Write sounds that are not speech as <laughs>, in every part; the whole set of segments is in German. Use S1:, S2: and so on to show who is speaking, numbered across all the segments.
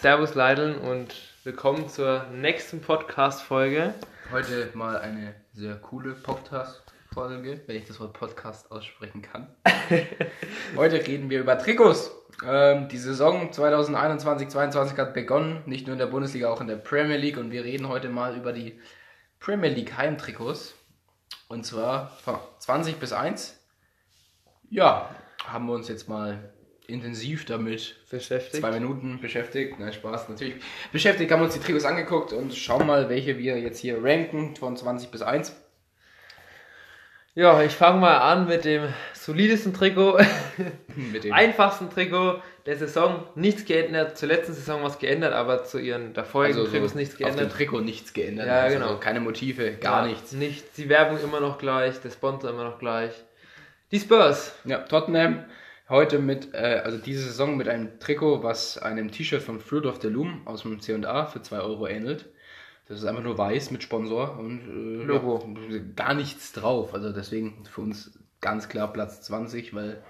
S1: Servus Leideln und willkommen zur nächsten Podcast-Folge.
S2: Heute mal eine sehr coole Podcast-Folge, wenn ich das Wort Podcast aussprechen kann. Heute reden wir über Trikots. Ähm, die Saison 2021-22 hat begonnen, nicht nur in der Bundesliga, auch in der Premier League. Und wir reden heute mal über die Premier League Heimtrikots. Und zwar von 20 bis 1. Ja, haben wir uns jetzt mal intensiv damit
S1: Beschäftigt.
S2: zwei Minuten beschäftigt. Nein, Spaß, natürlich. Beschäftigt haben wir uns die Trikots angeguckt und schauen mal, welche wir jetzt hier ranken von 20 bis 1.
S1: Ja, ich fange mal an mit dem solidesten
S2: <laughs>
S1: Trikot,
S2: Hm, Mit dem
S1: einfachsten Trikot der Saison. Nichts geändert, zur letzten Saison was geändert, aber zu ihren davorigen
S2: also so
S1: Trikots nichts
S2: Auf
S1: geändert.
S2: dem Trikot nichts geändert. Also
S1: Ja, genau.
S2: Keine Motive, gar
S1: Ja,
S2: nichts.
S1: Nichts. Die Werbung immer noch gleich, der Sponsor immer noch gleich. Die Spurs.
S2: Ja, Tottenham heute mit, äh, also diese Saison mit einem Trikot, was einem T-Shirt von Fruit of the Loom aus dem C&A für 2 Euro ähnelt. Das ist einfach nur weiß mit Sponsor und äh,
S1: Logo.
S2: Ja, gar nichts drauf. Also deswegen für uns ganz klar Platz 20, weil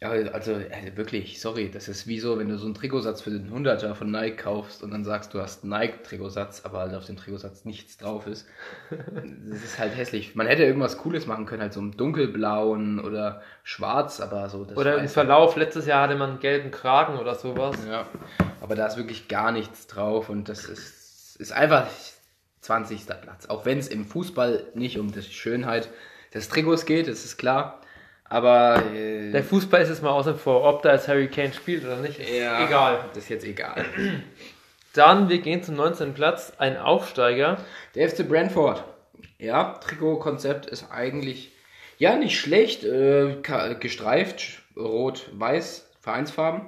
S2: ja, also, also wirklich, sorry, das ist wie so, wenn du so einen Trikotsatz für den 100er von Nike kaufst und dann sagst, du hast einen Nike-Trikotsatz, aber halt auf dem Trikotsatz nichts drauf ist.
S1: <laughs>
S2: Das ist halt hässlich. Man hätte irgendwas Cooles machen können, halt so einen dunkelblauen oder schwarz, aber so das
S1: Oder im
S2: Weiße.
S1: Verlauf, letztes Jahr hatte man einen gelben Kragen oder sowas.
S2: Ja, aber da ist wirklich gar nichts drauf und das ist, ist einfach 20. Platz. Auch wenn es im Fußball nicht um die Schönheit des Trikots geht, das ist klar. Aber äh,
S1: Der Fußball ist jetzt mal außen vor, ob da jetzt Harry Kane spielt oder nicht, ist
S2: ja,
S1: egal.
S2: Das ist jetzt egal.
S1: Dann, wir gehen zum 19. Platz, ein Aufsteiger.
S2: Der FC Brentford. Ja, Trikotkonzept ist eigentlich ja nicht schlecht. Äh, ka- gestreift, rot-weiß, Vereinsfarben.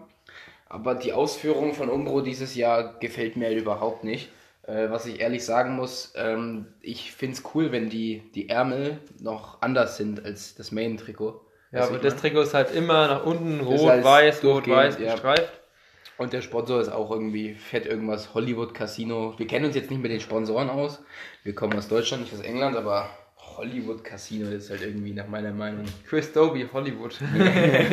S2: Aber die Ausführung von Umbro dieses Jahr gefällt mir halt überhaupt nicht. Äh, was ich ehrlich sagen muss, ähm, ich finde es cool, wenn die, die Ärmel noch anders sind als das Main-Trikot.
S1: Ja,
S2: Weißt du,
S1: aber
S2: ich
S1: das
S2: mein?
S1: Trikot ist halt immer nach unten
S2: ne? ist
S1: rot,
S2: halt
S1: weiß, rot,
S2: durchgehend,
S1: weiß
S2: ja.
S1: gestreift.
S2: Und der Sponsor ist auch irgendwie fett irgendwas Hollywood Casino. Wir kennen uns jetzt nicht mit den Sponsoren aus. Wir kommen aus Deutschland, nicht aus England, aber Hollywood Casino ist halt irgendwie nach meiner
S1: <laughs>
S2: Meinung.
S1: Chris Dobie, <laughs> Hollywood.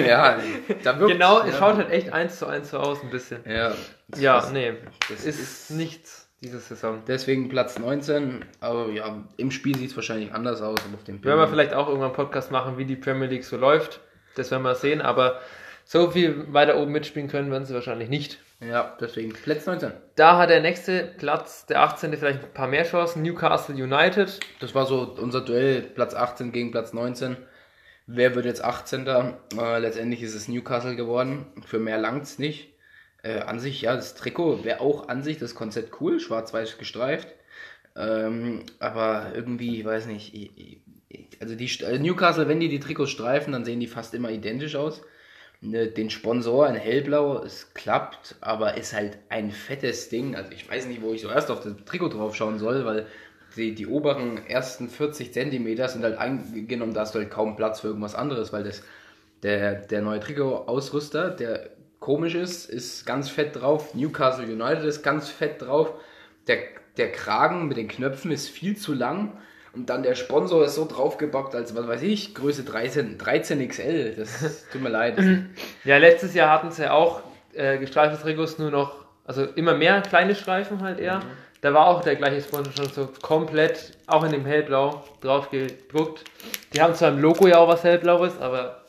S2: ja, da wirkt
S1: genau,
S2: ja.
S1: es schaut halt echt eins zu eins so aus ein bisschen.
S2: Ja,
S1: Ja,
S2: Das-
S1: nee,
S2: das
S1: ist,
S2: ist- Mhm.
S1: nichts diese Saison.
S2: Deswegen Platz 19, aber ja, im Spiel sieht es wahrscheinlich anders aus, aber auf dem
S1: Werden wir vielleicht auch irgendwann einen Podcast machen, wie die Premier League so läuft. Das werden wir sehen, aber so viel weiter oben mitspielen können werden sie wahrscheinlich nicht.
S2: Ja, deswegen Platz 19.
S1: Da hat der nächste Platz, der 18. vielleicht ein paar mehr Chancen. Newcastle United.
S2: Das war so unser Duell, Platz 18 gegen Platz 19. Wer wird jetzt 18. Äh, letztendlich ist es Newcastle geworden. Für mehr langt's nicht. Äh, an sich, ja, das Trikot wäre auch an sich das Konzept cool, schwarz-weiß gestreift. Ähm, aber irgendwie, ich weiß nicht, ich, ich- ich, also die St- also Newcastle, wenn die die Trikots streifen, dann sehen die fast immer identisch aus. Ne, Den Sponsor in hellblau, es klappt, aber ist halt ein fettes Ding. Also ich weiß nicht, wo ich zuerst auf das Trikot drauf schauen soll, weil die, die oberen ersten 40 Zentimeter sind halt eingenommen, da hast du halt kaum Platz für irgendwas anderes, weil das der, der neue Trikot-Ausrüster, der komisch ist, ist ganz fett drauf. Newcastle United ist ganz fett drauf. Der, der Kragen mit den Knöpfen ist viel zu lang. Und dann der Sponsor ist so draufgebockt, als was weiß ich, Größe 13, 13 XL. Das tut mir leid.
S1: Ja, letztes Jahr hatten sie ja auch äh, gestreifte Trikots nur noch, also immer mehr kleine Streifen halt eher. Da war auch der gleiche Sponsor schon so komplett, auch in dem Hellblau, drauf gedruckt. Die haben zwar im Logo ja auch was Hellblaues, aber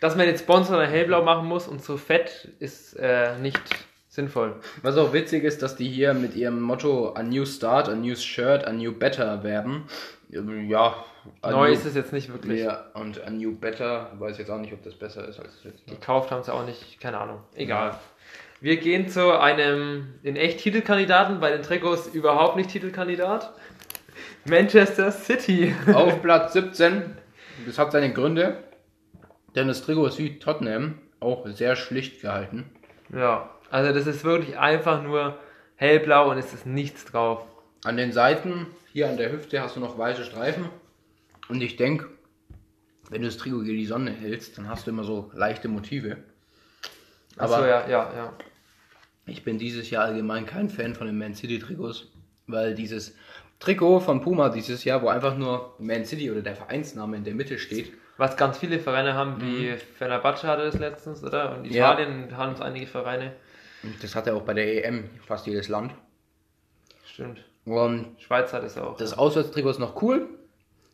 S1: dass man den Sponsor dann hellblau machen muss und so fett, ist äh, nicht sinnvoll.
S2: Was auch witzig ist, dass die hier mit ihrem Motto A New Start, A New Shirt, A New Better werben. Ja, a
S1: Neu
S2: new-
S1: ist es jetzt nicht wirklich.
S2: Ah, ja, und A New Better, weiß jetzt auch nicht, ob das besser ist als jetzt.
S1: Gekauft haben sie auch nicht, keine Ahnung. Egal. Wir gehen zu einem in echt Titelkandidaten, bei den Trikots überhaupt nicht Titelkandidat. <laughs> Manchester City. <laughs>
S2: Auf Platz 17. Das hat seine Gründe. Denn das Trikot ist wie Tottenham auch sehr schlicht gehalten.
S1: Ja, also das ist wirklich einfach nur hellblau und es ist nichts drauf.
S2: An den Seiten, hier an der Hüfte, hast du noch weiße Streifen. Und ich denke, wenn du das Trikot gegen die Sonne hältst, dann hast du immer so leichte Motive.
S1: Aber
S2: Aber
S1: Achso, ja, ja, ja.
S2: ich bin dieses Jahr allgemein kein Fan von den Man City Trikots, weil dieses Trikot von Puma dieses Jahr, wo einfach nur Man City oder der Vereinsname in der Mitte steht,
S1: Was ganz viele Vereine haben, wie Fenerbahce hatte das letztens, oder? Und
S2: Mhm. Ja.
S1: Italien haben es einige Vereine.
S2: Das hat ja auch bei der EM fast jedes Land.
S1: Stimmt.
S2: Und
S1: Schweiz hat es auch.
S2: das Auswärtstrikot ist noch cool.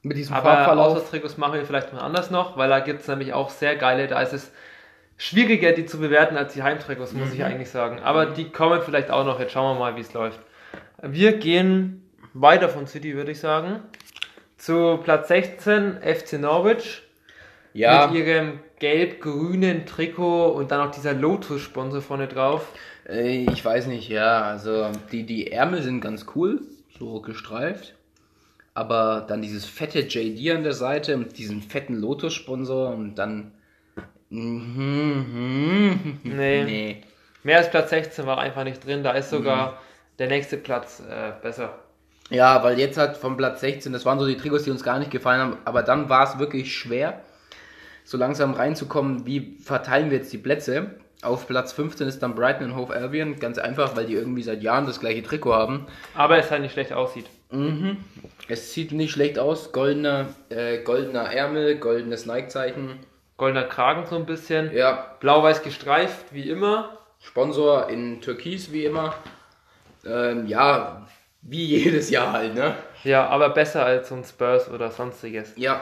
S2: Mit diesem
S1: Aber
S2: Farbverlauf.
S1: Auswärtstrikots machen wir vielleicht mal anders noch, weil da gibt es nämlich auch sehr geile, da ist es schwieriger, die zu bewerten als die Heimtrikots, muss ich eigentlich sagen. Aber die kommen vielleicht auch noch. Jetzt schauen wir mal, wie es läuft. Wir gehen weiter von City, würde ich sagen. Zu Platz 16, FC Norwich.
S2: ja,
S1: Mit ihrem gelb-grünen Trikot und dann noch dieser Lotus-Sponsor vorne drauf.
S2: äh, ich weiß nicht, ja. Also die, die Ärmel sind ganz cool, so gestreift. Aber dann dieses fette JD an der Seite mit diesem fetten Lotus-Sponsor und dann. Mhm, mhm.
S1: Nee.
S2: nee.
S1: Mehr als Platz 16 war einfach nicht drin. Da ist sogar der nächste Platz äh, besser.
S2: Ja, weil jetzt hat vom Platz 16, das waren so die Trikots, die uns gar nicht gefallen haben, aber dann war es wirklich schwer, so langsam reinzukommen, wie verteilen wir jetzt die Plätze. Auf Platz 15 ist dann Brighton und Hove Albion, ganz einfach, weil die irgendwie seit Jahren das gleiche Trikot haben.
S1: Aber es halt nicht schlecht aussieht.
S2: Es sieht nicht schlecht aus, goldener, äh, goldener Ärmel, goldenes Nike-Zeichen.
S1: Goldener Kragen so ein bisschen.
S2: Ja,
S1: Blau-weiß gestreift, wie immer.
S2: Sponsor in Türkis wie immer. Ähm, ja, wie <laughs> jedes Jahr halt, ne?
S1: Ja, aber besser als so ein Spurs oder sonstiges.
S2: Ja,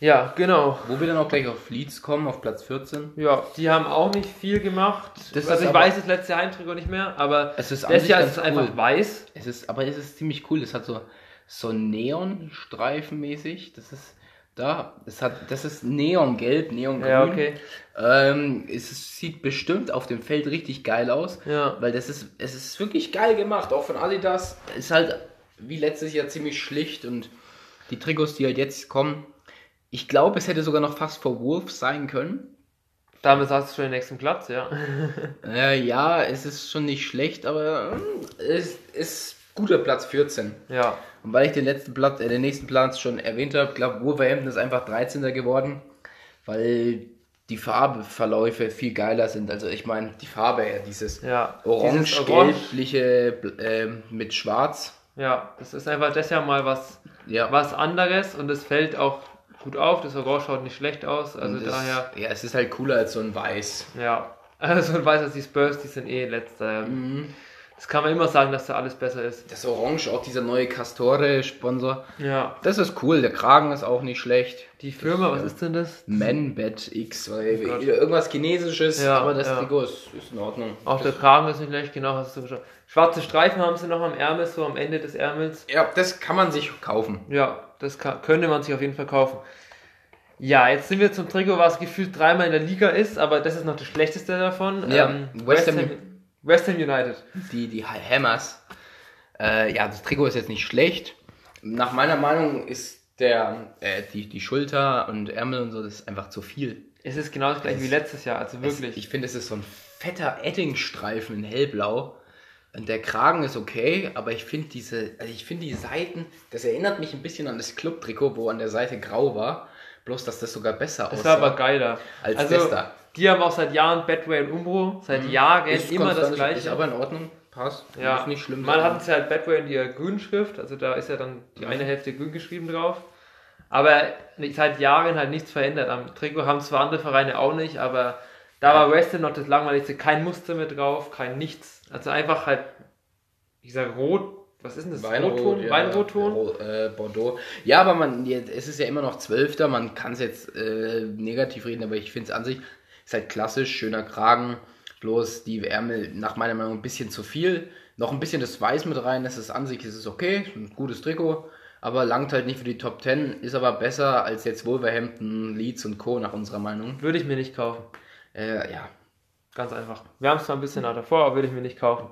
S1: Ja, genau.
S2: wo wir dann auch gleich auf Leeds kommen, auf Platz 14.
S1: Ja, die haben auch nicht viel gemacht.
S2: Das ist
S1: also ich
S2: aber-
S1: weiß das letzte Heimtrikot nicht mehr, aber
S2: Es ist an
S1: das
S2: sich
S1: Jahr ist
S2: ganz
S1: es einfach
S2: cool.
S1: weiß.
S2: Es ist, aber es ist ziemlich cool. Es hat so, so Neon-Streifen-mäßig. Das ist da. Es hat, das ist Neongelb, Neongrün.
S1: Ja, okay.
S2: Ähm, es ist, sieht bestimmt auf dem Feld richtig geil aus.
S1: Ja.
S2: Weil das ist, es ist wirklich geil gemacht, auch von Adidas. Ist halt wie letztes Jahr ziemlich schlicht und die Trikots, die halt jetzt kommen. Ich glaube, es hätte sogar noch fast vor Wolves sein können.
S1: Damit hast du schon den nächsten Platz, ja.
S2: Äh, ja, es ist schon nicht schlecht, aber mm, es ist guter Platz 14.
S1: Ja.
S2: Und weil ich den letzten Platz, äh, den nächsten Platz schon erwähnt habe, glaube Wolverhampton ist einfach 13. geworden, weil die Farbeverläufe viel geiler sind. Also ich meine, die Farbe, ja, dieses
S1: Ja. Dieses
S2: orange-gelbliche ähm, mit schwarz.
S1: Ja, das ist einfach das Jahr mal was,
S2: Ja,
S1: was anderes und es fällt auch gut auf. Das Orange schaut nicht schlecht aus. Also
S2: Und das,
S1: daher,
S2: ja, es ist halt cooler als so ein weiß.
S1: ja. Also man weiß, dass die Spurs, die sind eh letzter.
S2: Mhm.
S1: Das kann man immer sagen, dass da alles besser ist.
S2: Das Orange, auch dieser neue Castore-Sponsor.
S1: Ja.
S2: Das ist cool, der Kragen ist auch nicht schlecht.
S1: Die Firma, was
S2: ja.
S1: ist denn das?
S2: Manbat X oder
S1: Gott.
S2: irgendwas Chinesisches,
S1: Ja,
S2: aber das
S1: ja.
S2: Trikot ist, ist in Ordnung.
S1: Auch der Kragen ist nicht leicht, genau, hast du geschaut. Schwarze Streifen haben sie noch am Ärmel, so am Ende des Ärmels.
S2: Ja, das kann man sich kaufen.
S1: Ja, das kann, könnte man sich auf jeden Fall kaufen. Ja, jetzt sind wir zum Trikot, was gefühlt dreimal in der Liga ist, aber das ist noch das schlechteste davon. Ähm,
S2: Ja,
S1: West,
S2: West
S1: Ham,
S2: Ham-
S1: West Ham United.
S2: Die, die Hammers. Äh, ja, das Trikot ist jetzt nicht schlecht. Nach meiner Meinung ist der, äh, die, die Schulter und Ärmel und so, das ist einfach zu viel.
S1: Es ist genau das gleiche
S2: Es-
S1: wie letztes Jahr, also
S2: Es,
S1: wirklich.
S2: ich finde, es ist so ein fetter Eddingstreifen in hellblau. Und der Kragen ist okay, aber ich finde diese, also ich finde die Seiten, das erinnert mich ein bisschen an das Club-Trikot, wo an der Seite grau war. Bloß, dass das sogar besser
S1: Das
S2: aussah.
S1: war aber geiler.
S2: als Mhm.
S1: also,
S2: Tester.
S1: die haben auch seit Jahren Badway und Umbro, seit Jahren immer das
S2: konstant,
S1: gleiche.
S2: Ist aber in Ordnung, passt.
S1: Ja,
S2: Muss Also nicht schlimm
S1: mal
S2: sein.
S1: hatten sie halt Batway in ihrer grünen Schrift, also da ist ja dann die eine Hälfte grün geschrieben drauf. Aber seit Jahren halt nichts verändert. Am Trikot haben zwar andere Vereine auch nicht, aber da war West Ham noch das langweiligste. Kein Muster mit drauf, kein nichts. Also einfach halt, ich sag rot, was ist denn das? Rotton?
S2: Oh, ja,
S1: Weinrotton?
S2: Ro- äh, Bordeaux. Ja, aber man, jetzt- es ist ja immer noch Zwölfter, man kann es jetzt äh, negativ reden, aber ich finde es an sich, ist halt klassisch, schöner Kragen, bloß die Ärmel nach meiner Meinung ein bisschen zu viel. Noch ein bisschen das Weiß mit rein, das ist an sich, das ist okay, ist ein gutes Trikot, aber langt halt nicht für die Top Ten, ist aber besser als jetzt Wolverhampton, Leeds und Co. nach unserer Meinung.
S1: Würde ich mir nicht kaufen.
S2: Äh, ja,
S1: Ganz einfach. Wir haben es zwar ein bisschen nach davor, aber würde ich mir nicht kaufen.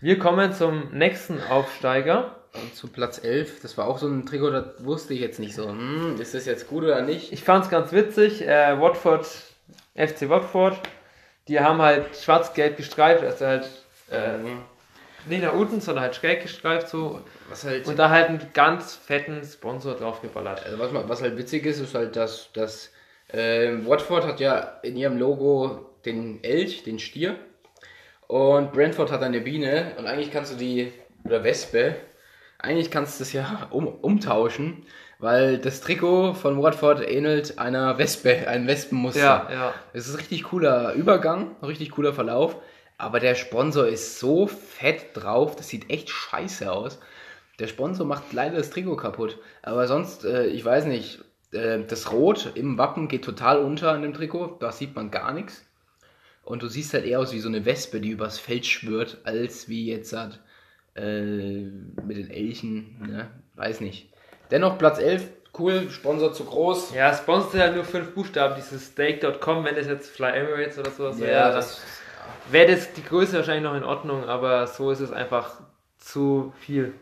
S1: Wir kommen zum nächsten Aufsteiger.
S2: Und zu Platz 11, das war auch so ein Trikot, das wusste ich jetzt nicht so. Hm, ist das jetzt gut oder nicht?
S1: Ich fand es ganz witzig. Äh, Watford, FC Watford, die haben halt schwarz-gelb gestreift, also halt äh,
S2: Ähm,
S1: nicht nach unten, sondern halt schräg gestreift so.
S2: was, halt,
S1: Und da halt einen ganz fetten Sponsor draufgeballert.
S2: also was, mal- was halt witzig ist, ist halt, dass, dass ähm, Watford hat ja in ihrem Logo den Elch, den Stier. Und Brentford hat eine Biene. Und eigentlich kannst du die, oder Wespe, eigentlich kannst du das ja <laughs> um, umtauschen, weil das Trikot von Watford ähnelt einer Wespe, einem Wespenmuster.
S1: Ja, ja.
S2: Es ist ein richtig cooler Übergang, ein richtig cooler Verlauf. Aber der Sponsor ist so fett drauf, das sieht echt scheiße aus. Der Sponsor macht leider das Trikot kaputt. Aber sonst, äh, ich weiß nicht, äh, das Rot im Wappen geht total unter an dem Trikot, da sieht man gar nichts. Und du siehst halt eher aus wie so eine Wespe, die übers Feld schwirrt, als wie jetzt halt, äh, mit den Elchen, ne? weiß nicht. Dennoch Platz 11, cool, Sponsor zu groß.
S1: Ja, sponsert ja nur fünf Buchstaben, dieses Steak.com, wenn das jetzt Fly Emirates oder sowas
S2: Ja,
S1: wäre. Ja,
S2: das-
S1: das wäre jetzt die Größe wahrscheinlich noch in Ordnung, aber so ist es einfach zu viel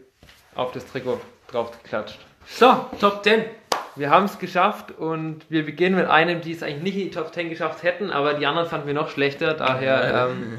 S1: auf das Trikot draufgeklatscht.
S2: So, Top 10.
S1: Wir haben es geschafft und wir beginnen mit einem, die es eigentlich nicht in die Top 10 geschafft hätten, aber die anderen fanden wir noch schlechter, daher ähm,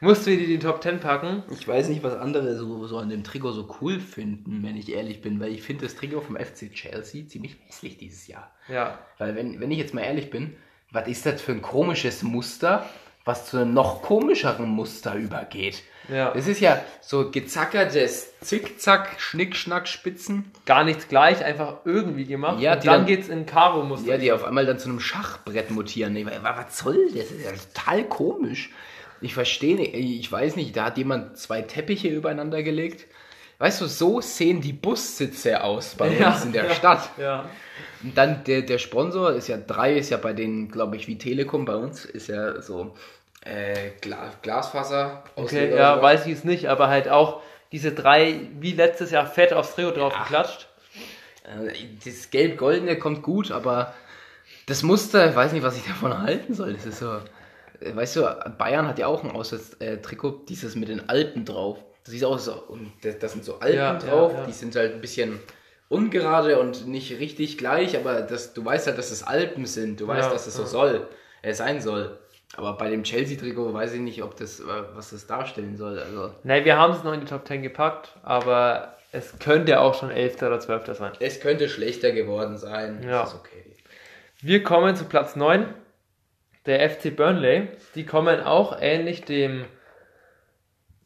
S1: mussten wir die in die Top 10 packen.
S2: Ich weiß nicht, was andere so, so an dem Trikot so cool finden, wenn ich ehrlich bin, weil ich finde das Trikot vom FC Chelsea ziemlich hässlich dieses Jahr.
S1: Ja,
S2: Weil wenn, wenn ich jetzt mal ehrlich bin, was ist das für ein komisches Muster, was zu einem noch komischeren Muster übergeht?
S1: ja.
S2: Es ist ja so gezackertes Zickzack, Schnickschnack, Spitzen,
S1: Gar nichts gleich, einfach irgendwie gemacht.
S2: Ja,
S1: und
S2: die
S1: dann
S2: dann-
S1: geht's in Karo-Muster.
S2: ja, die auf einmal dann zu einem Schachbrett mutieren. Nee, wa- wa- was soll das? Das ist ja total komisch. Ich verstehe nicht, ey, ich weiß nicht, da hat jemand zwei Teppiche übereinander gelegt. Weißt du, so sehen die Bussitze aus bei
S1: Ja,
S2: uns in der
S1: ja.
S2: Stadt.
S1: Ja.
S2: Und dann der, der Sponsor ist ja 3, ist ja bei denen, glaube ich, wie Telekom bei uns, ist ja so äh, Gla Glasfaser.
S1: Okay, ja, weiß ich es nicht, aber halt auch diese drei, wie letztes Jahr, fett aufs Trio drauf geklatscht.
S2: Äh, Das gelb-goldene kommt gut, aber das Muster, weiß nicht, was ich davon halten soll. Das ist so. äh, Weißt du, Bayern hat ja auch ein Auswärtstrikot, dieses mit den Alpen drauf. Das sieht auch so, und das, das sind so Alpen
S1: Ja, ja,
S2: drauf,
S1: ja.
S2: die sind halt ein bisschen ungerade und nicht richtig gleich, aber das, du weißt halt, dass es Alpen sind, du weißt,
S1: Ja,
S2: dass es so
S1: ja.
S2: soll, äh, sein soll. Aber bei dem Chelsea-Trikot weiß ich nicht, ob das, äh, was das darstellen soll. Also,
S1: Ne, wir haben es noch in die Top 10 gepackt, aber es könnte auch schon 11. oder 12. sein.
S2: es könnte schlechter geworden sein.
S1: Ja.
S2: Das ist okay.
S1: Wir kommen zu Platz 9, der FC Burnley. Die kommen auch ähnlich dem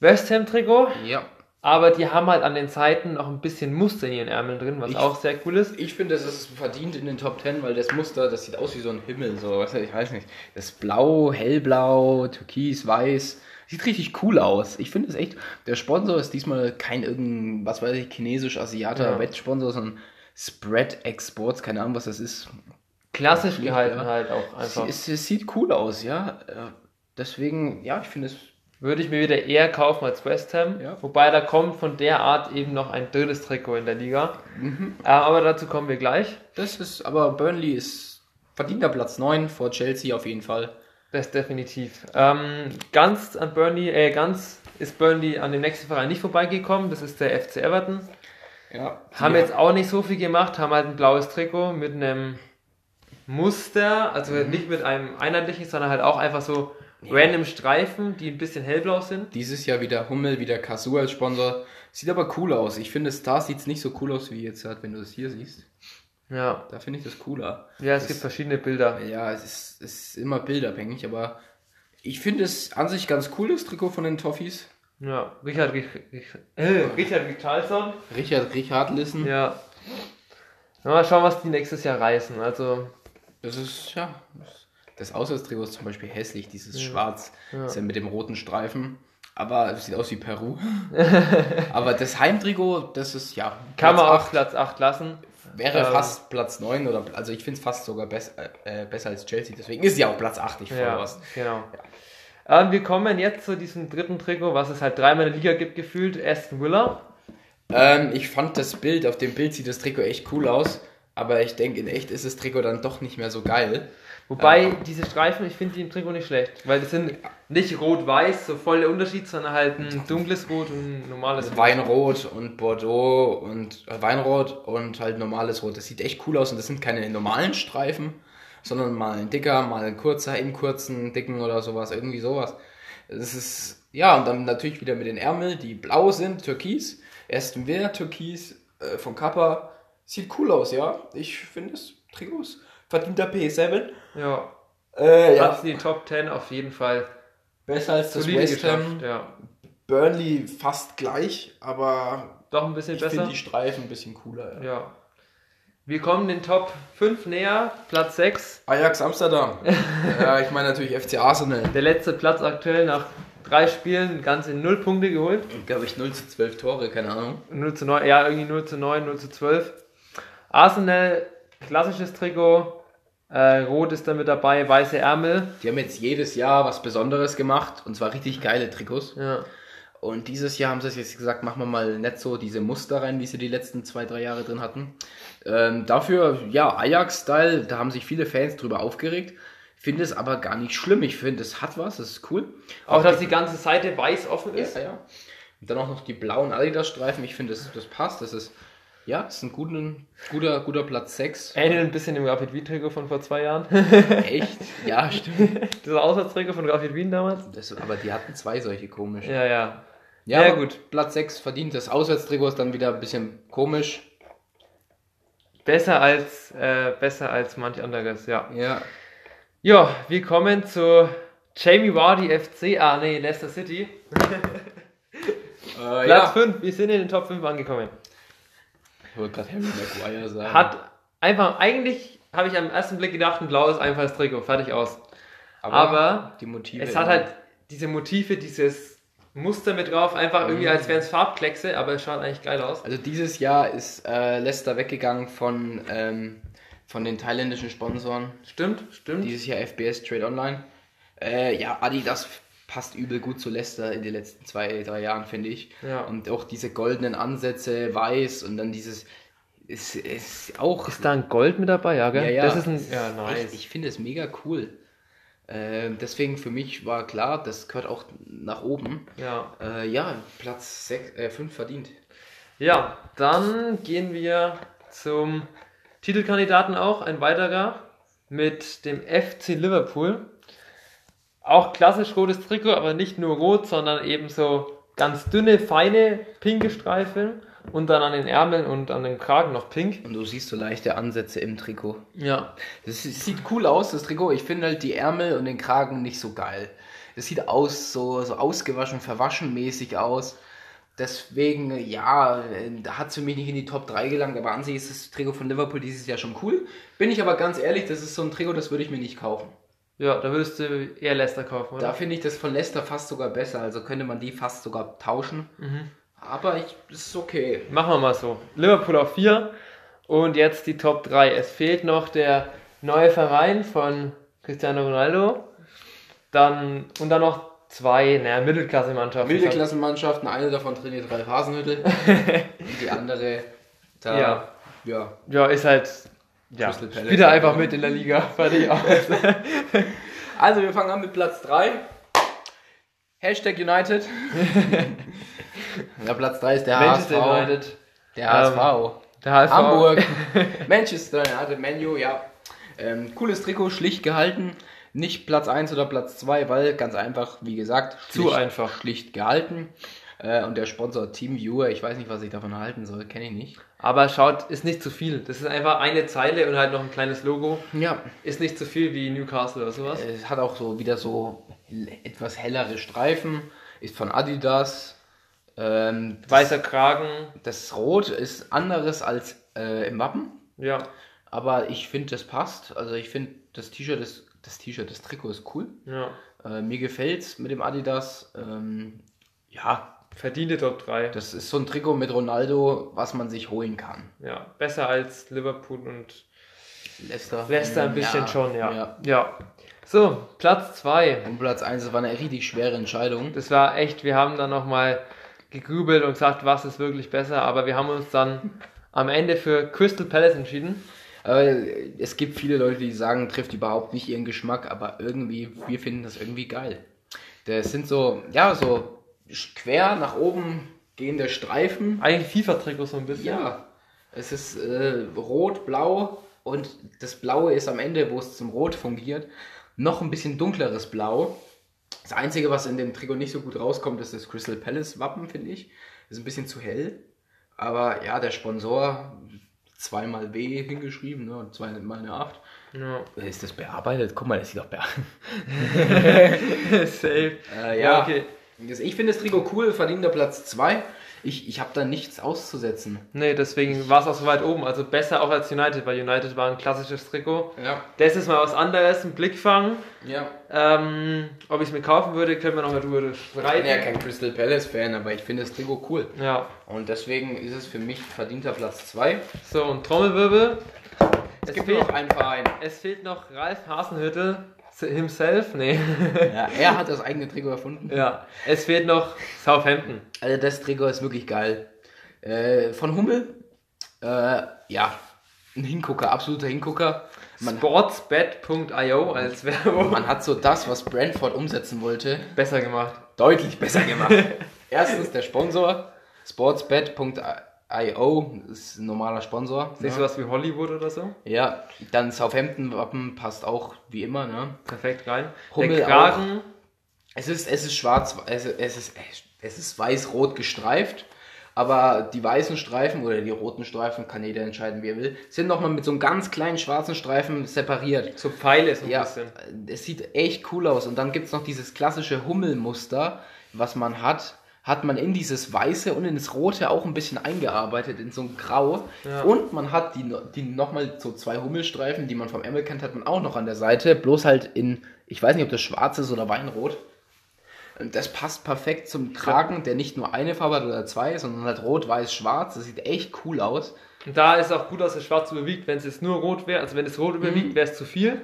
S1: West Ham Trikot,
S2: Ja.
S1: aber die haben halt an den Seiten noch ein bisschen Muster in ihren Ärmeln drin, was
S2: Ich-
S1: auch sehr cool ist.
S2: Ich finde, das ist verdient in den Top Ten, weil das Muster, das sieht aus wie so ein Himmel, so, weißt du, ich weiß nicht. Das ist blau, hellblau, türkis, weiß. Sieht richtig cool aus. Ich finde es echt, der Sponsor ist diesmal kein irgendein, was weiß ich, chinesisch-asiater
S1: Ja.
S2: Wettsponsor, sondern Spread Exports, keine Ahnung, was das ist.
S1: Klassisch gehalten
S2: Ja.
S1: halt auch
S2: Es,
S1: einfach.
S2: es, es sieht cool aus, ja. Äh, Deswegen, ja, ich finde es,
S1: Würde ich mir wieder eher kaufen als West Ham.
S2: Ja.
S1: Wobei da kommt von der Art eben noch ein drittes Trikot in der Liga.
S2: Mhm.
S1: Äh, Aber dazu kommen wir gleich.
S2: das ist, aber Burnley ist verdienter Platz 9 vor Chelsea auf jeden Fall.
S1: Das definitiv. Ähm, ganz an Burnley, äh, ganz ist Burnley an dem nächsten Verein nicht vorbeigekommen. Das ist der FC Everton.
S2: Ja.
S1: Haben jetzt auch nicht so viel gemacht, haben halt ein blaues Trikot mit einem Muster, also
S2: Mhm.
S1: nicht mit einem einheitlichen, sondern halt auch einfach so random Streifen, die ein bisschen hellblau sind.
S2: Dieses Jahr wieder Hummel, wieder Kasu als Sponsor. Sieht aber cool aus. Ich finde, Stars sieht es nicht so cool aus, wie jetzt halt, wenn du es hier siehst.
S1: Ja,
S2: Da finde ich das cooler.
S1: ja es
S2: Das-
S1: gibt verschiedene Bilder.
S2: Ja, es ist, es ist immer bildabhängig, aber ich finde es an sich ganz cool, das Trikot von den Toffees.
S1: Ja, Richard, Rich- Rich- äh, Richard Richardson.
S2: Richard Richardlissen.
S1: Ja. Na, Mal schauen, was die nächstes Jahr reißen. Also,
S2: Das ist, ja. Das Auswärtstrikot ist zum Beispiel hässlich, dieses Schwarz.
S1: Ja.
S2: Ist ja mit dem roten Streifen. Aber es sieht aus
S1: <laughs>
S2: wie Peru. aber das Heimtrikot, das ist, ja.
S1: kann man
S2: Platz
S1: auch Platz 8 lassen.
S2: Wäre
S1: Ähm,
S2: fast Platz 9 oder also ich finde es fast sogar besser, äh, besser als Chelsea, deswegen ist ja auch Platz 8, ich
S1: Ja,
S2: was.
S1: genau. Ähm, wir kommen jetzt zu diesem dritten Trikot, was es halt dreimal in der Liga gibt, gefühlt. Aston Villa.
S2: Ähm, ich fand das Bild, auf dem Bild sieht das Trikot echt cool aus, aber ich denke, in echt ist das Trikot dann doch nicht mehr so geil.
S1: Wobei
S2: Ja.
S1: diese Streifen, ich finde die im Trikot nicht schlecht, weil das sind nicht rot-weiß, so voll der Unterschied, sondern halt ein dunkles Rot und ein normales
S2: Also
S1: Rot.
S2: Weinrot und Bordeaux und äh, Weinrot und halt normales Rot. Das sieht echt cool aus und das sind keine normalen Streifen, sondern mal ein dicker, mal ein kurzer, im kurzen, dicken oder sowas, irgendwie sowas. Das ist, ja, und dann natürlich wieder mit den Ärmel, die blau sind, türkis. Ersten Wehr, türkis, äh, von Kappa. Sieht cool aus, ja. Ich finde es, Trikots, verdienter P7.
S1: Ja,
S2: Äh,
S1: ja.
S2: ja,
S1: die Top 10 auf jeden Fall
S2: besser als das
S1: solide
S2: West Ham.
S1: geschafft. Ja.
S2: Burnley fast gleich, aber
S1: Doch ein bisschen
S2: ich
S1: besser.
S2: finde die Streifen ein bisschen cooler, ja.
S1: Ja. Wir kommen den Top 5 näher, Platz 6.
S2: <laughs> Ajax Amsterdam. ja, ich meine natürlich FC Arsenal.
S1: Der letzte Platz aktuell nach drei Spielen ganze null Punkte geholt.
S2: Glaube ich 0 zu 12 Tore, keine Ahnung.
S1: 0 zu 9, ja, irgendwie 0 zu 9, 0 zu 12. Arsenal, klassisches Trikot. Äh, Rot ist dann mit dabei, weiße Ärmel.
S2: Die haben jetzt jedes Jahr was Besonderes gemacht und zwar richtig geile Trikots.
S1: Ja.
S2: Und dieses Jahr haben sie es jetzt gesagt, machen wir mal nicht so diese Muster rein, wie sie die letzten zwei, drei Jahre drin hatten. Ähm, dafür, ja, Ajax-Style, da haben sich viele Fans drüber aufgeregt. Finde es aber gar nicht schlimm. Ich finde, es hat was, es ist cool.
S1: Auch, dass die ganze Seite weiß offen
S2: Ja,
S1: ist.
S2: ja. Und dann auch noch die blauen Adidas-Streifen. Ich finde, das, das passt. Das ist, ja, das ist ein guten, guter, guter Platz 6.
S1: Ähnelt ein bisschen dem Rapid Wien-Trikot von vor zwei Jahren. <laughs>
S2: Echt? Ja, stimmt.
S1: Dieser Auswärtsträger von Rapid Wien damals.
S2: Das, aber die hatten zwei solche komisch.
S1: Ja, ja.
S2: Ja,
S1: Ja,
S2: aber
S1: gut.
S2: Platz 6 verdient. Das Auswärtstrikot ist dann wieder ein bisschen komisch.
S1: Besser als, äh, besser als manch anderes, ja.
S2: Ja.
S1: Ja, wir kommen zu Jamie Wardy FC. Ah, nee, Leicester City.
S2: Äh,
S1: Platz
S2: ja.
S1: 5. Wir sind in den Top 5 angekommen.
S2: Ich wollte gerade Harry Maguire sagen.
S1: Hat einfach, eigentlich habe ich am ersten Blick gedacht, ein blaues, einfaches Trikot. Fertig aus. aber
S2: die Motive.
S1: Es hat halt diese Motive, dieses Muster mit drauf, einfach irgendwie als wären es Farbkleckse, aber es schaut eigentlich geil aus.
S2: Also dieses Jahr ist äh, Leicester weggegangen von, ähm, von den thailändischen Sponsoren.
S1: Stimmt, stimmt.
S2: Dieses Jahr FBS Trade Online. Äh, ja, Adidas passt übel gut zu Leicester in den letzten zwei, drei Jahren, finde ich.
S1: Ja.
S2: Und auch diese goldenen Ansätze, weiß und dann dieses. Ist, ist auch.
S1: da ein Gold mit dabei, gell?
S2: Ja, ja.
S1: Das ist ein, ja,
S2: echt,
S1: nice.
S2: ich finde es mega cool. Ähm, deswegen für mich war klar, das gehört auch nach oben.
S1: Ja.
S2: Äh, ja, Platz 5 äh, fünf verdient.
S1: ja, dann gehen wir zum Titelkandidaten auch, ein weiterer mit dem FC Liverpool. Auch klassisch rotes Trikot, aber nicht nur rot, sondern eben so ganz dünne, feine, pinke Streifen und dann an den Ärmeln und an dem Kragen noch pink.
S2: Und du siehst so leichte Ansätze im Trikot.
S1: Ja,
S2: Das sieht- sieht cool aus, das Trikot. Ich finde halt die Ärmel und den Kragen nicht so geil. Das sieht aus, so, so ausgewaschen, verwaschen mäßig aus. Deswegen, ja, hat es für mich nicht in die Top 3 gelangt, aber an sich ist das Trikot von Liverpool dieses Jahr schon cool. Bin ich aber ganz ehrlich, das ist so ein Trikot, das würde ich mir nicht kaufen.
S1: Ja, da würdest du eher Leicester kaufen,
S2: Da
S1: oder?
S2: finde ich das von Leicester fast sogar besser, also könnte man die fast sogar tauschen. Aber ich, das ist okay.
S1: Machen wir mal so. Liverpool auf 4 und jetzt die Top 3. Es fehlt noch der neue Verein von Cristiano Ronaldo. Dann, und dann noch zwei, naja, Mittelklasse-Mannschaften.
S2: Mittelklassenmannschaften, eine davon trainiert Ralf <laughs> Hasenhüttl und die andere, da,
S1: Ja.
S2: ja,
S1: Ja, ist halt. Ja,
S2: Crystal Palace. halt, ne?
S1: spielt er einfach mit in der Liga. <laughs> Fertig aus.
S2: Also, wir fangen an mit Platz 3. Hashtag <laughs> United. ja, Platz 3 ist der
S1: Manchester
S2: HSV.
S1: United.
S2: Der HSV.
S1: Der HSV.
S2: Hamburg. <laughs> Manchester United, Menu, ja. Ähm, cooles Trikot, schlicht gehalten. Nicht Platz 1 oder Platz 2, weil ganz einfach, wie gesagt,
S1: Zu
S2: schlicht,
S1: einfach.
S2: schlicht gehalten. Äh, und der Sponsor Team Viewer, ich weiß nicht, was ich davon halten soll, kenne ich nicht.
S1: Aber schaut, ist nicht zu viel. Das ist einfach eine Zeile und halt noch ein kleines Logo.
S2: Ja,
S1: Ist nicht zu viel wie Newcastle oder sowas.
S2: Es hat auch so wieder so hell- etwas hellere Streifen, ist von Adidas. Ähm,
S1: Weißer Kragen.
S2: das Rot ist anderes als äh, im Wappen,
S1: Ja.
S2: aber ich finde, das passt. Also ich finde, das T-Shirt ist, das T-Shirt, das Trikot ist cool.
S1: Ja.
S2: Äh, mir gefällt's mit dem Adidas. Ähm, ja,
S1: Verdiente Top 3.
S2: das ist so ein Trikot mit Ronaldo, was man sich holen kann.
S1: Ja, besser als Liverpool und
S2: Leicester.
S1: Leicester ein
S2: Mm,
S1: bisschen schon, ja. ja.
S2: ja.
S1: So, Platz 2.
S2: Und Platz 1 war eine richtig schwere Entscheidung.
S1: Das war echt, wir haben dann nochmal gegrübelt und gesagt, was ist wirklich besser, aber wir haben uns dann am Ende für Crystal Palace entschieden.
S2: Aber äh, es gibt viele Leute, die sagen, trifft überhaupt nicht ihren Geschmack, aber irgendwie, wir finden das irgendwie geil. Das sind so, ja, so quer nach oben gehende Streifen.
S1: Eigentlich FIFA-Trikot so ein bisschen.
S2: Ja, es ist äh, rot, blau und das Blaue ist am Ende, wo es zum Rot fungiert, noch ein bisschen dunkleres Blau. Das Einzige, was in dem Trikot nicht so gut rauskommt, ist das Crystal Palace Wappen, finde ich. Ist ein bisschen zu hell. Aber ja, der Sponsor, zweimal W hingeschrieben, ne, und zweimal eine 8.
S1: Ja. <laughs>
S2: Ist das bearbeitet? Guck mal, das sieht doch bearbeitet.
S1: Safe.
S2: Äh, ja,
S1: Ja, okay.
S2: Äh, Das- ich finde das Trikot cool, verdienter Platz 2. Ich, ich habe da nichts auszusetzen.
S1: Nee, deswegen war es auch so weit oben. Also besser auch als United, weil United war ein klassisches Trikot.
S2: Ja,
S1: Das ist mal was anderes, ein Blickfang.
S2: ja.
S1: Ähm, ob ich es mir kaufen würde, können wir nochmal drüber
S2: Ich bin ja
S1: streiten.
S2: kein Crystal Palace-Fan, aber ich finde das Trikot cool.
S1: Ja,
S2: Und deswegen ist es für mich verdienter Platz 2.
S1: so und Trommelwirbel. Es,
S2: Es gibt
S1: fehlt,
S2: noch einen Verein.
S1: es fehlt noch Ralf Hasenhüttel himself. Nee. <laughs>
S2: Ja, er hat das eigene Trikot erfunden.
S1: ja, es fehlt noch Southampton.
S2: Also das Trikot ist wirklich geil. Äh, von Hummel, äh, ja, ein Hingucker, absoluter Hingucker. Man,
S1: Sportsbet.io als Werbung.
S2: man hat so das, was Brentford umsetzen wollte,
S1: Besser gemacht.
S2: deutlich besser gemacht. <laughs> Erstens der Sponsor, sportsbet.io, ist ein normaler Sponsor.
S1: Siehst du was wie Hollywood oder so?
S2: Ja, dann Southampton-Wappen passt auch wie immer, ne?
S1: Perfekt rein.
S2: Hummel
S1: Der Kragen,
S2: Es ist, es ist schwarz, es ist, es ist, es ist weiß-rot gestreift, aber die weißen Streifen oder die roten Streifen, kann jeder entscheiden, wie er will, sind nochmal mit so einem ganz kleinen schwarzen Streifen separiert.
S1: so Pfeile so ein
S2: Ja,
S1: bisschen.
S2: es sieht echt cool aus. Und dann gibt's noch dieses klassische Hummelmuster, was man hat, hat man in dieses Weiße und in das Rote auch ein bisschen eingearbeitet, in so ein Grau.
S1: Ja.
S2: Und man hat die, no- die nochmal so zwei Hummelstreifen, die man vom Emmel kennt, hat man auch noch an der Seite, bloß halt in, ich weiß nicht, ob das schwarz ist oder Weinrot. Und das passt perfekt zum Kragen, der nicht nur eine Farbe hat oder zwei, sondern halt rot, weiß, schwarz. Das sieht echt cool aus.
S1: Und da ist auch gut, dass es schwarz überwiegt. Wenn es jetzt nur rot wäre, also wenn es rot
S2: Mhm.
S1: überwiegt, wäre es zu viel.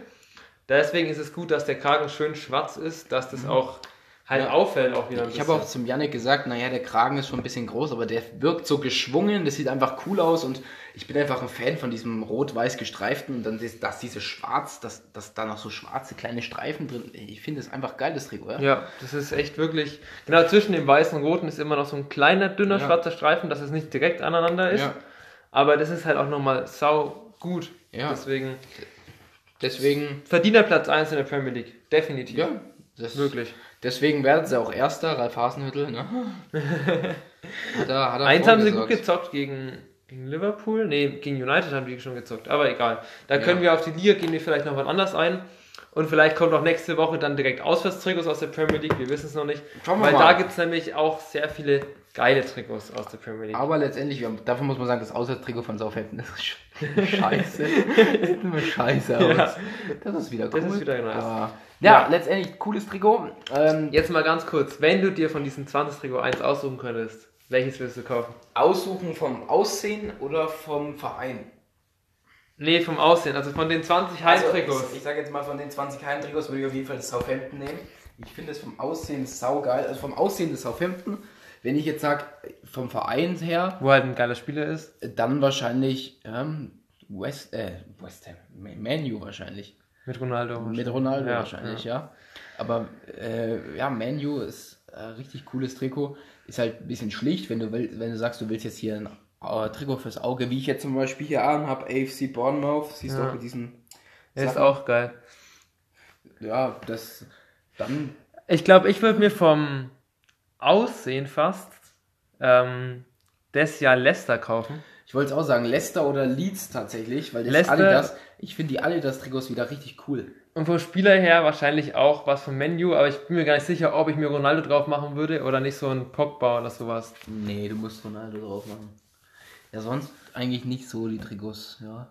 S1: Deswegen ist es gut, dass der Kragen schön schwarz ist, dass das auch halt
S2: Mhm. Ja.
S1: auffällt auch wieder ein
S2: Ich
S1: bisschen.
S2: habe auch zum Yannick gesagt, naja, der Kragen ist schon ein bisschen groß, aber der wirkt so geschwungen, das sieht einfach cool aus und ich bin einfach ein Fan von diesem rot-weiß gestreiften und dann ist das diese schwarz, dass das da noch so schwarze kleine Streifen drin. Ich finde es einfach geil, das Trikot, ja?
S1: ja, das ist echt wirklich. Genau zwischen dem weißen und roten ist immer noch so ein kleiner, dünner,
S2: Ja.
S1: schwarzer Streifen, dass es nicht direkt aneinander ist.
S2: Ja.
S1: Aber das ist halt auch nochmal sau gut.
S2: Ja.
S1: Deswegen
S2: Deswegen,
S1: verdient er Platz 1 in der Premier League. Definitiv.
S2: ja, das
S1: Wirklich.
S2: Deswegen werden sie auch Erster, Ralf Hasenhüttl,
S1: <laughs>
S2: ne? hat er, hat er
S1: Eins haben sie gut
S2: vorgesagt.
S1: gezockt gegen, gegen Liverpool. Nee, gegen United haben die schon gezockt. Aber egal. Da
S2: Ja.
S1: können wir auf die Liga gehen, wir vielleicht noch was anders ein. Und vielleicht kommt auch nächste Woche dann direkt Auswärtstrikots aus der Premier League. Wir wissen es noch nicht.
S2: Schauen wir
S1: weil
S2: mal.
S1: da gibt es nämlich auch sehr viele geile Trikots aus der Premier League.
S2: Aber letztendlich, wir haben, davon muss man sagen, das Auswärtstrikot von Southampton ist sch-
S1: <laughs>
S2: scheiße. Sieht nur scheiße aus.
S1: Ja.
S2: Das ist wieder cool.
S1: Das ist wieder nice.
S2: Aber, ja,
S1: Ja.
S2: letztendlich cooles Trikot. Ähm,
S1: Jetzt mal ganz kurz. Wenn du dir von diesen 20 Trikot eins aussuchen könntest, welches würdest du kaufen?
S2: aussuchen vom Aussehen oder vom Verein?
S1: Nee, vom Aussehen. Also von den 20
S2: Trikots.
S1: Heimtrikots.
S2: Also, ich, ich sage jetzt mal, von den 20 Heimtrikots würde ich auf jeden Fall das Southampton nehmen. Ich finde es vom Aussehen saugeil. Also vom Aussehen des Southampton, wenn ich jetzt sage, vom Verein her,
S1: Wo halt ein geiler Spieler ist.
S2: dann wahrscheinlich ähm, West, äh, West Ham, Menu wahrscheinlich.
S1: Mit Ronaldo.
S2: Mit Ronaldo
S1: Ja,
S2: wahrscheinlich, ja. Aber äh, ja, Menu ist äh, richtig cooles Trikot. Ist halt ein bisschen schlicht, wenn du willst, wenn du sagst, du willst jetzt hier ein äh, Trikot fürs Auge, wie ich jetzt zum Beispiel hier an habe, AFC Bournemouth, siehst du
S1: Ja.
S2: auch mit diesem
S1: Der ist
S2: Sachen.
S1: auch geil.
S2: Ja, das dann
S1: Ich glaube, ich würde mir vom Aussehen fast ähm, des Jahr Leicester kaufen.
S2: ich wollte es auch sagen, Leicester oder Leeds tatsächlich, weil das
S1: Leicester-
S2: Adidas, ich finde die Adidas Trikots wieder richtig cool.
S1: Und vom Spieler her wahrscheinlich auch was vom Menu, aber ich bin mir gar nicht sicher, ob ich mir Ronaldo drauf machen würde oder nicht so ein Pogba oder sowas.
S2: Nee, du musst Ronaldo drauf machen. Ja, sonst eigentlich nicht so die Trikots, ja.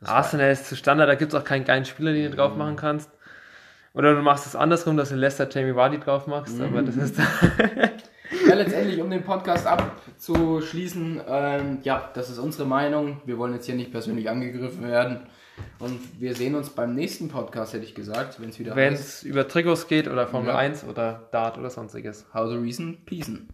S2: Das Mhm.
S1: Arsenal ist zu Standard, da gibt es auch keinen geilen Spieler, den du drauf machen kannst. Oder du machst es andersrum, dass du Leicester Jamie Vardy drauf machst, aber
S2: Mhm.
S1: das ist
S2: Ja, letztendlich, um den Podcast abzuschließen, ähm, ja, das ist unsere Meinung. Wir wollen jetzt hier nicht persönlich angegriffen werden. Und wir sehen uns beim nächsten Podcast, hätte ich
S1: <laughs>
S2: gesagt, wenn es wieder
S1: wenn es über Trikots geht oder Formel
S2: Ja.
S1: 1 oder Dart oder sonstiges.
S2: How the Reason Peace.